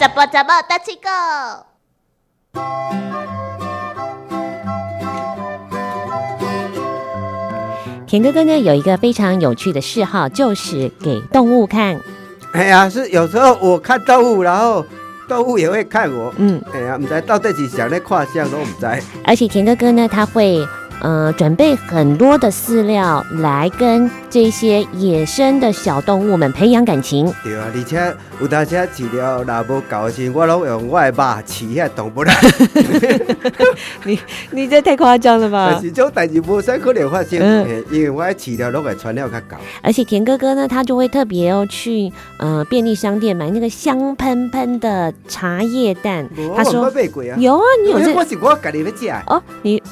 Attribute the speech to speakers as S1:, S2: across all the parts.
S1: 怎么怎么大七个？
S2: 田哥哥呢有一个非常有趣的嗜好，就是给动物看。
S3: 哎呀，是有时候我看动物，然后动物也会看我。
S2: 嗯，
S3: 哎呀，唔知到底是想咧看相都唔知。
S2: 而且田哥哥呢，他会呃准备很多的饲料来跟这些野生的小动物们培养感情。
S3: 对啊，而且有当时饲料若无够的时候，我拢用我的肉饲遐动物啦。
S2: 你这太夸张了
S3: 但？是这种代志无啥可能发生，
S2: 嗯
S3: 嘿因为我的饲料拢会传了较高。
S2: 而且田哥哥呢，他就会特别哦去呃便利商店买那个香喷喷的茶叶蛋。他
S3: 我
S2: 说
S3: 捌买过啊。
S2: 有啊，你有
S3: 因为
S2: 这
S3: 我是我家己咧食的，
S2: 哦，你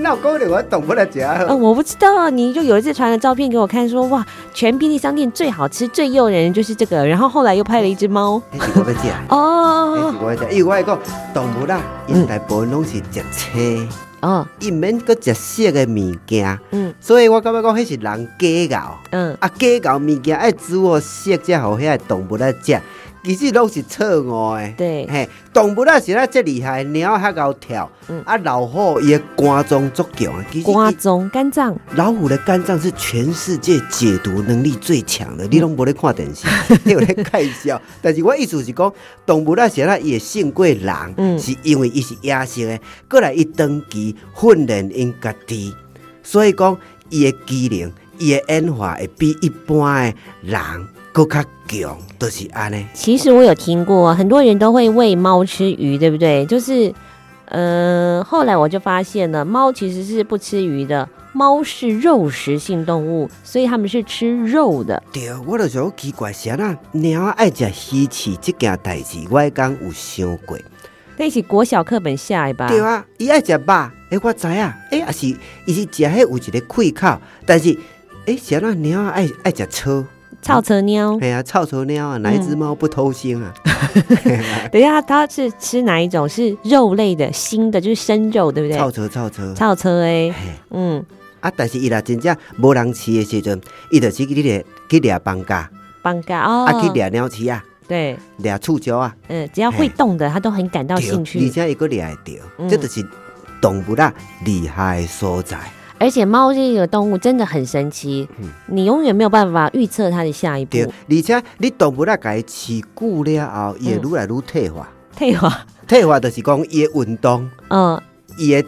S3: 那有讲着我动物来食，
S2: 呃我不知道，你就有一次传了照片给我看说哇，全便利商店最好吃、最诱人的就是这个。然后后来又拍了一只猫
S3: 那是我要食的。那
S2: 哦
S3: 是我要食，因为我会讲动物啊，因大部分拢是食青，
S2: 哦
S3: 伊免搁食色的物件，
S2: 嗯
S3: 所以我感觉讲迄是人假搞。
S2: 嗯
S3: 啊，假搞物件爱煮好色，才互遐动物来食。其实拢是错误的。
S2: 对
S3: 嘿，动物啊是啊，遮厉害，猫较贤跳，
S2: 嗯
S3: 啊，老虎伊的肝脏足强的。其实
S2: 瓜
S3: 它
S2: 中肝脏
S3: 老虎的肝脏是全世界解毒能力最强的，你拢无咧看电视，你有咧介绍。但是我意思是讲，动物啊是啊，伊会胜过人，
S2: 嗯
S3: 是因为伊是野生的，过来伊长期训练因家己，所以讲伊的机能、伊的演化会比一般的人搁较强，就是安尼。
S2: 其实我有听过，很多人都会喂猫吃鱼，对不对？就是，呃，后来我就发现了，猫其实是不吃鱼的，猫是肉食性动物，所以它们是吃肉的。
S3: 对，我就想奇怪，啥啦？猫爱食鱼翅这件代志，我讲有想过。
S2: 那是国小课本下的吧？
S3: 对啊，伊爱食肉，诶、我知啊，诶、也是，伊是食迄有一个气口，但是，诶、小那猫爱爱食草，
S2: 草蛇喵。
S3: 哎呀、草草猫啊，哪一
S2: 嗯
S3: 只猫不偷腥啊？
S2: 等一下，它是吃哪一种？是肉类的，腥的，就是生肉，对不 对？
S3: 草草草草，
S2: 草车哎、
S3: 嘿
S2: 嗯，
S3: 啊，但是伊若真正无人饲的时阵，伊就去去掠去掠放假，
S2: 放假哦，
S3: 啊去掠鸟鼠啊，
S2: 对，
S3: 掠触礁啊，
S2: 嗯，只要会动的，它都很感到
S3: 对，哦
S2: 兴
S3: 而
S2: 趣。
S3: 且伊个掠会着，
S2: 嗯
S3: 这就是动物啊厉害的所在。
S2: 而且猫这个动物真的很神奇，你永远没有办法预测它的下一步
S3: 对，。而且你动物啊，家饲久了后，
S2: 嗯
S3: 伊会愈来愈退化。
S2: 退化，
S3: 退化就是讲伊的运动，
S2: 啊嗯，
S3: 伊的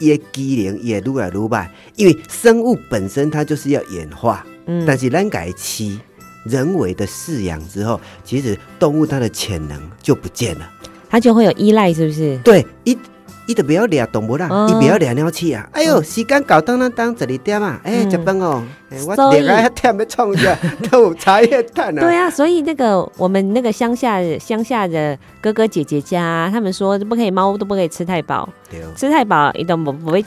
S3: 伊的机能也愈来愈歹，因为生物本身它就是要演化，
S2: 嗯
S3: 但是咱改吃人为的饲养之后，其实动物它的潜能就不见了。
S2: 它就会有依赖，是不是？
S3: 对，伊伊就不要掠动物啦，
S2: 嗯
S3: 伊、不要掠鸟鼠啊。哎呦，
S2: 嗯
S3: 时间到，当当当十二点啊，哎、
S2: 嗯
S3: 食饭哦，哎我
S2: 所以
S3: 掠啊，忝要创 啥，都有茶叶蛋啊。
S2: 对啊，所以那个我们那个乡下乡下的哥哥姐姐家，他们说不可以猫都不可以吃太饱，
S3: 对，
S2: 吃太饱一定不不会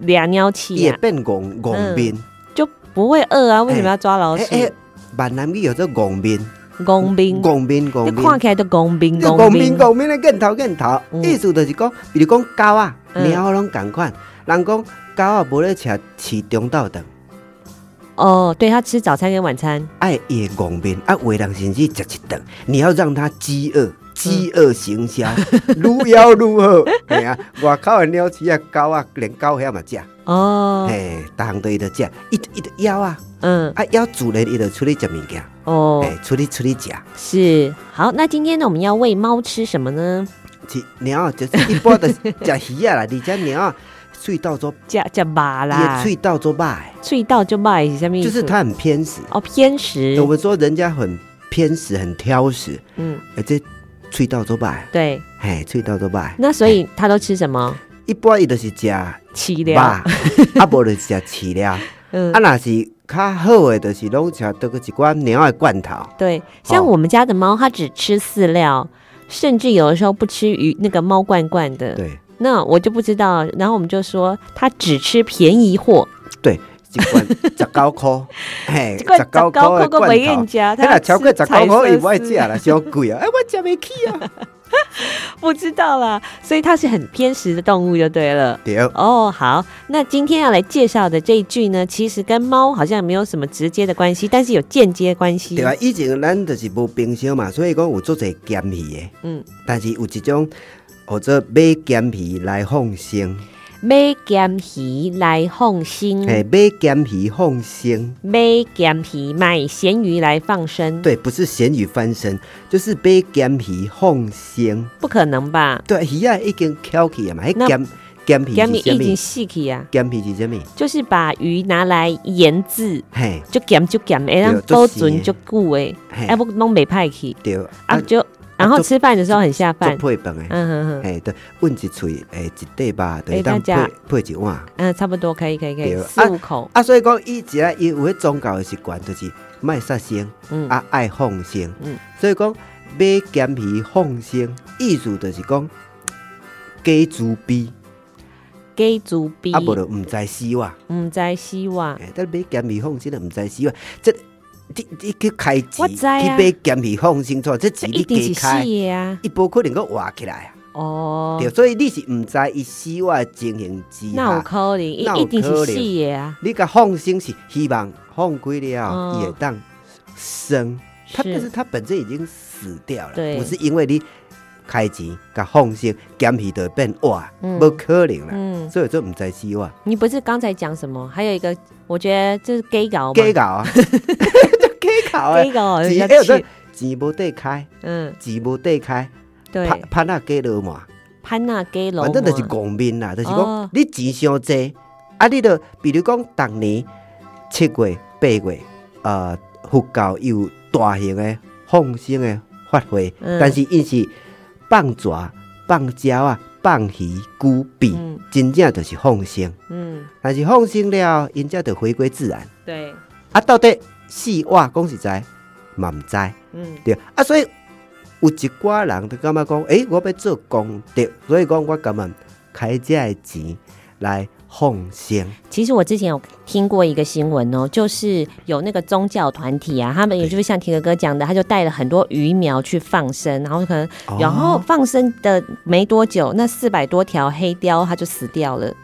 S2: 俩尿气
S3: 伊会
S2: 啊，
S3: 变戆戆面，
S2: 就不会饿啊。为什么要抓嗯老鼠嗯
S3: 哎？哎，闽南语有这戆面，
S2: 工兵，
S3: 戆面戆
S2: 你
S3: 面。
S2: 看起来都工兵，
S3: 你
S2: 工
S3: 公民
S2: 兵，
S3: 公民的镜头镜头，
S2: 嗯
S3: 意思就是讲，比如讲狗啊、
S2: 嗯
S3: 猫拢共款。人讲狗啊，无咧吃饲中昼顿，
S2: 哦，对，他吃早餐跟晚餐，
S3: 爱伊的公民啊，为人甚至食一顿，你要让它饥
S2: 嗯
S3: 饿，饥饿行销， 愈枵愈好。嘿啊，外口的鸟鼠啊、狗啊，连狗遐嘛食，
S2: 哦，
S3: 嘿，逐项都伊着食，伊伊着枵啊，
S2: 嗯，
S3: 啊枵自然伊着出去食物件，
S2: 哦，
S3: 嘿，出去出去食。
S2: 是，好，那今天呢，我们要喂猫吃什么呢？
S3: 是猫啊就是一 般着食鱼啊啦，而且猫喙斗做，
S2: 加加麻
S3: 伊
S2: 啦
S3: 的，喙斗做歹。
S2: 隧道就卖下面
S3: 就是它很偏食。
S2: 哦偏食
S3: 我，们说人家很偏食、很挑食，
S2: 嗯，
S3: 而这喙到都歹，
S2: 对，
S3: 嘿，喙到都歹。
S2: 那所以他都吃什么？
S3: 一般伊就是食肉，啊
S2: 饲
S3: 无
S2: 料，
S3: 就是食饲 料。
S2: 嗯
S3: 啊，，若是较好的，就是拢食到个一寡猫的罐头。
S2: 对，像我们家的猫，它只吃饲料，甚至有的时候不吃鱼那个猫罐罐的，
S3: 对
S2: 那我就不知道，然后我们就说它只吃便宜货，
S3: 对，一 罐十九箍，嘿，
S2: 这个
S3: 十九箍的
S2: 个
S3: 罐
S2: 没人
S3: 头。
S2: 家，
S3: 迄
S2: 它
S3: 若超过十九箍，伊
S2: 也
S3: 不爱食啦，伤贵啊！哎，我食袂起啊！
S2: 不知道啦，所以它是很偏食的动物就对了。
S3: 对，
S2: 哦，好，那今天要来介绍的这一句呢，其实跟猫好像没有什么直接的关系，但是有间接关系。
S3: 对啊，以前咱就是无冰箱嘛，所以讲有足侪咸鱼的，
S2: 嗯，
S3: 但是有一种或者买咸鱼来放生，
S2: 买咸鱼来放生，
S3: 嘿、买咸鱼放生，
S2: 买咸鱼买咸鱼来放生，
S3: 对，不是咸鱼翻身，就是买咸鱼放生。
S2: 不可能吧？
S3: 对，鱼啊已经翘起了嘛，迄
S2: 那
S3: 咸咸鱼
S2: 咸鱼
S3: 是啥
S2: 已经
S3: 物？
S2: 死去啊，
S3: 咸鱼是啥物？
S2: 就是把鱼拿来腌制，
S3: 嘿，
S2: 就咸就咸，哎，让
S3: 就
S2: 保
S3: 是
S2: 存
S3: 的
S2: 就久诶，
S3: 嘿
S2: 哎，不弄没派去
S3: 对，
S2: 啊，就然后
S3: 就
S2: 吃饭的时候很下
S3: 做
S2: 饭，
S3: 配饭的，
S2: 嗯哼哼，
S3: 嘿，对，阮一喙诶一块肉，就
S2: 哎
S3: 是
S2: 大
S3: 当
S2: 家
S3: 配配一碗。
S2: 嗯，差不多可以可以可以，
S3: 对
S2: 四五口，
S3: 啊，所以讲伊只伊有迄宗教的习惯，就是卖杀生，
S2: 嗯
S3: 啊爱放生，
S2: 嗯
S3: 所以讲买咸鱼放生，意思就是讲假慈悲，
S2: 鸡足嗯逼
S3: 啊，无就毋知死活，
S2: 唔知死哇，
S3: 哎、但买咸鱼放生就毋知死活，这你你去开
S2: 我
S3: 钱
S2: 知啊
S3: 去买咸鱼放生，错，这
S2: 这
S3: 钱
S2: 一定
S3: 你
S2: 是
S3: 加
S2: 死
S3: 开，
S2: 的啊！
S3: 伊无可能够活起来啊，
S2: 哦
S3: 对，，所以你是毋知伊死活的情形之
S2: 啊那有
S3: 下。
S2: 可能，一
S3: 哪有
S2: 一定是
S3: 可能
S2: 死的啊！
S3: 你甲放生是希望放归了
S2: 哦
S3: 后，也当生，它
S2: 是
S3: 但是它本身已经死掉了，
S2: 对
S3: 不是因为你开钱甲放生减皮就会变活，
S2: 嗯
S3: 无可能啦。
S2: 嗯，
S3: 所以就唔知死活，
S2: 你不是刚才讲什么？还有一个，我觉得这是 gay 搞嘛
S3: 假搞 啊，就假搞啊
S2: gay，搞
S3: 钱
S2: 人
S3: 哎
S2: 家
S3: 有说
S2: 去，
S3: 钱无地开，
S2: 嗯，
S3: 钱无地开，
S2: 对，
S3: 潘潘那假落嘛，
S2: 潘娜 gay 楼嘛，
S3: 反正就是戆面啦，就是
S2: 哦
S3: 讲你钱伤济，啊，你就比如讲，逐年七月、八月，呃，佛教有大型的放生的法会，
S2: 嗯
S3: 但是因是放蛇、放鸟啊、放鱼、龟鳖，
S2: 嗯
S3: 真正就是放生。
S2: 嗯，
S3: 但是放生了，因才就回归自然。
S2: 对，
S3: 啊，到底死活讲实在，嘛毋知。
S2: 嗯
S3: 对啊，所以有一寡人就感觉讲，诶、我要做功德，所以讲我甘愿开这个钱来奉献。
S2: 其实我之前有听过一个新闻哦，就是有那个宗教团体啊，他们也就是像田哥哥讲的，他就带了很多鱼苗去放生，然后可能
S3: 哦
S2: 然后放生的没多久，那四百多条黑雕它就死掉了，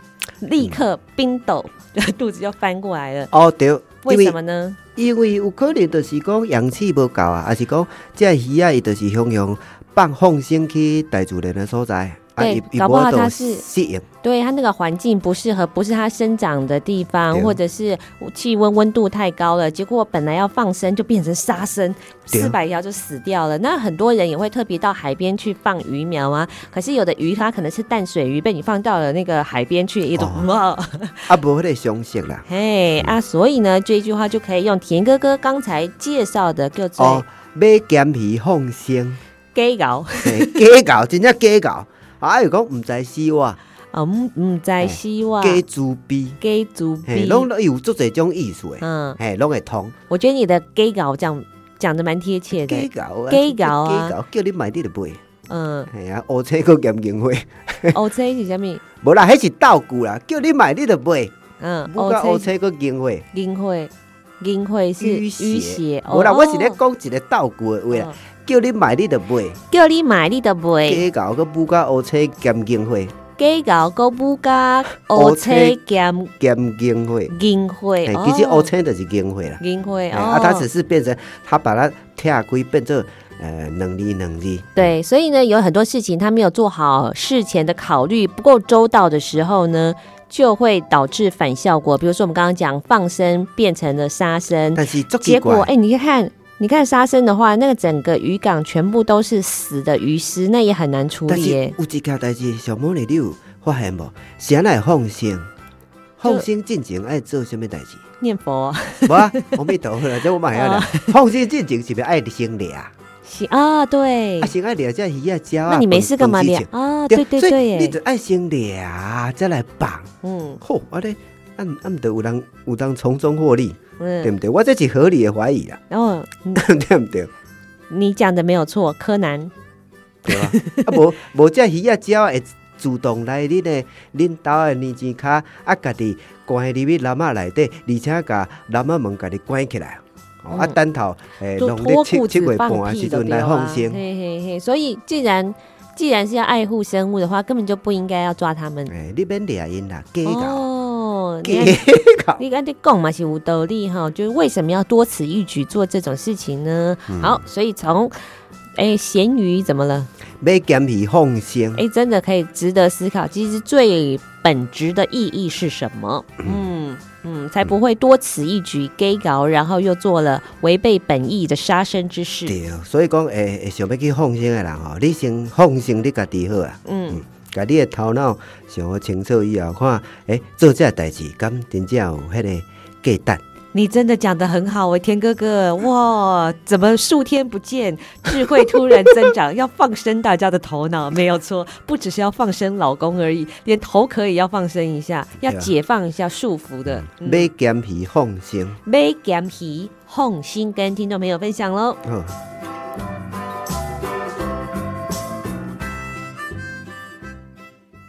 S2: 立刻冰斗 肚子就翻过来了。
S3: 哦，对，
S2: 为
S3: 因
S2: 什么呢？
S3: 因为有可能就是讲氧气无够啊，还是讲这鱼啊，伊就是向向放放生去大自然的所在，啊，
S2: 对
S3: 伊伊
S2: 搞不好
S3: 法度
S2: 它是
S3: 适应。
S2: 对它那个环境不适合，不是它生长的地方，
S3: 对
S2: 或者是气温温度太高了，结果本来要放生就变成杀生，
S3: 对
S2: 四百条就死掉了。那很多人也会特别到海边去放鱼苗啊，可是有的鱼它可能是淡水鱼，被你放到了那个海边去，一种哇。
S3: 啊，无迄个常识啦。
S2: 嘿啊，所以呢，这一句话就可以用田哥哥刚才介绍的叫
S3: 哦
S2: 做，
S3: 买咸鱼放生，
S2: “鸡搞 啊
S3: 嘿 假搞，真正假搞。啊，又讲毋知死活，”，
S2: 嗯嗯，在希望
S3: 假自卑，
S2: 鸡足
S3: 嘿，
S2: 逼。
S3: 拢拢有足侪种意思诶。
S2: 嗯，
S3: 嘿，拢会通。
S2: 我觉得你的“鸡搞”讲讲的蛮贴切
S3: 假
S2: 的。
S3: 搞啊，
S2: 假搞啊
S3: 假搞叫你买你就买。
S2: 嗯，
S3: 嘿啊，乌车个咸盐花，
S2: 哦，这是什么？
S3: 无啦，迄是道具啦，叫你买你就买。
S2: 嗯，
S3: 不管乌
S2: 哦，这
S3: 车个盐花，
S2: 银会，银会是
S3: 淤
S2: 淤
S3: 血
S2: 血。。
S3: 无啦，
S2: 哦
S3: 我是咧讲一个道具的
S2: 哦
S3: 话啦，叫你买你就买。
S2: 叫你买你的买，
S3: 假搞个不管乌车咸盐花，
S2: 鸡搞购物加哦，
S3: 乌车
S2: 车兼
S3: 咸盐花。
S2: 银会
S3: 嘿，
S2: 哦
S3: 其实乌车就是盐花啦。
S2: 银会
S3: 嘿
S2: 哦，
S3: 啊，它只是变成，它把它拆开变成呃两字两字。
S2: 对，所以呢，有很多事情他没有做好事前的考虑，不够周到的时候呢，就会导致反效果。比如说我们刚刚讲放生变成了杀生，
S3: 但是足奇
S2: 结果
S3: 怪，
S2: 哎，你看，你看杀生的话，那个整个渔港全部都是死的鱼尸，那也很难处
S3: 但
S2: 理
S3: 是
S2: 耶。
S3: 有一件代志，小魔女你有发现无？谁来放生？放生进前爱做什么代志？
S2: 念佛啊
S3: 无啊， 阿弥陀佛啦，这我嘛会
S2: 哦
S3: 晓啦。 放生进前是不是爱先掠？啊，
S2: 是 啊，对，
S3: 先爱掠只鱼啊、鸟啊。
S2: 那你没事干嘛
S3: 饭
S2: 聊？
S3: 饭
S2: 啊？
S3: 之
S2: 对
S3: 前
S2: 对
S3: 所以
S2: 对
S3: 你
S2: 耶，
S3: 得爱先掠啊，再来放。
S2: 嗯
S3: 吼，啊咧，俺俺得有人有人从中获利，对
S2: 嗯，
S3: 不对？我这是合理的怀疑啦，
S2: 然后嗯
S3: 对不对？
S2: 你讲的没有错，柯南
S3: 对吧？ 啊，无无只鱼啊，鸟会自动来恁的恁兜的年钱卡，啊，家己关入去篮仔内底，而且甲篮仔门家己关起来。哦，啊，
S2: 嗯
S3: 等头诶，
S2: 就
S3: 农历
S2: 脱
S3: 七
S2: 裤
S3: 七
S2: 子
S3: 月半
S2: 放
S3: 的
S2: 屁
S3: 啊时
S2: 就
S3: 阵
S2: 对
S3: 来
S2: 啊
S3: 放
S2: 嘿
S3: 生，
S2: 嘿嘿，所以既然既然是要爱护生物的话，根本就不应该要抓它们。
S3: 诶，你免掠因啦，假嗯搞，
S2: 哦， 你看
S3: 假搞，
S2: 你看这讲嘛是无道理哈，就是为什么要多此一举做这种事情呢？
S3: 嗯
S2: 好，所以从哎咸鱼怎么了？
S3: 要减去放生。
S2: 哎，真的可以值得思考，其实最本质的意义是什么？嗯嗯，才不会多此一举 gay 搞，然后又做了违背本意的杀生之事。
S3: 对，所以讲会会想要去放生的人吼，你先放生你家己好啊，
S2: 嗯，
S3: 家你的头脑想好清楚以后，看诶、做这代志，敢真正有迄个价值？
S2: 你真的讲得很好，我天哥哥，哇，怎么数天不见，智慧突然增长，要放生大家的头脑，没有错，不只是要放生老公而已，连头壳也要放生一下，要
S3: 对啊
S2: 解放一下束缚的。嗯
S3: 要减去放生，
S2: 买咸鱼，红心跟听众朋友分享喽。
S3: 吼、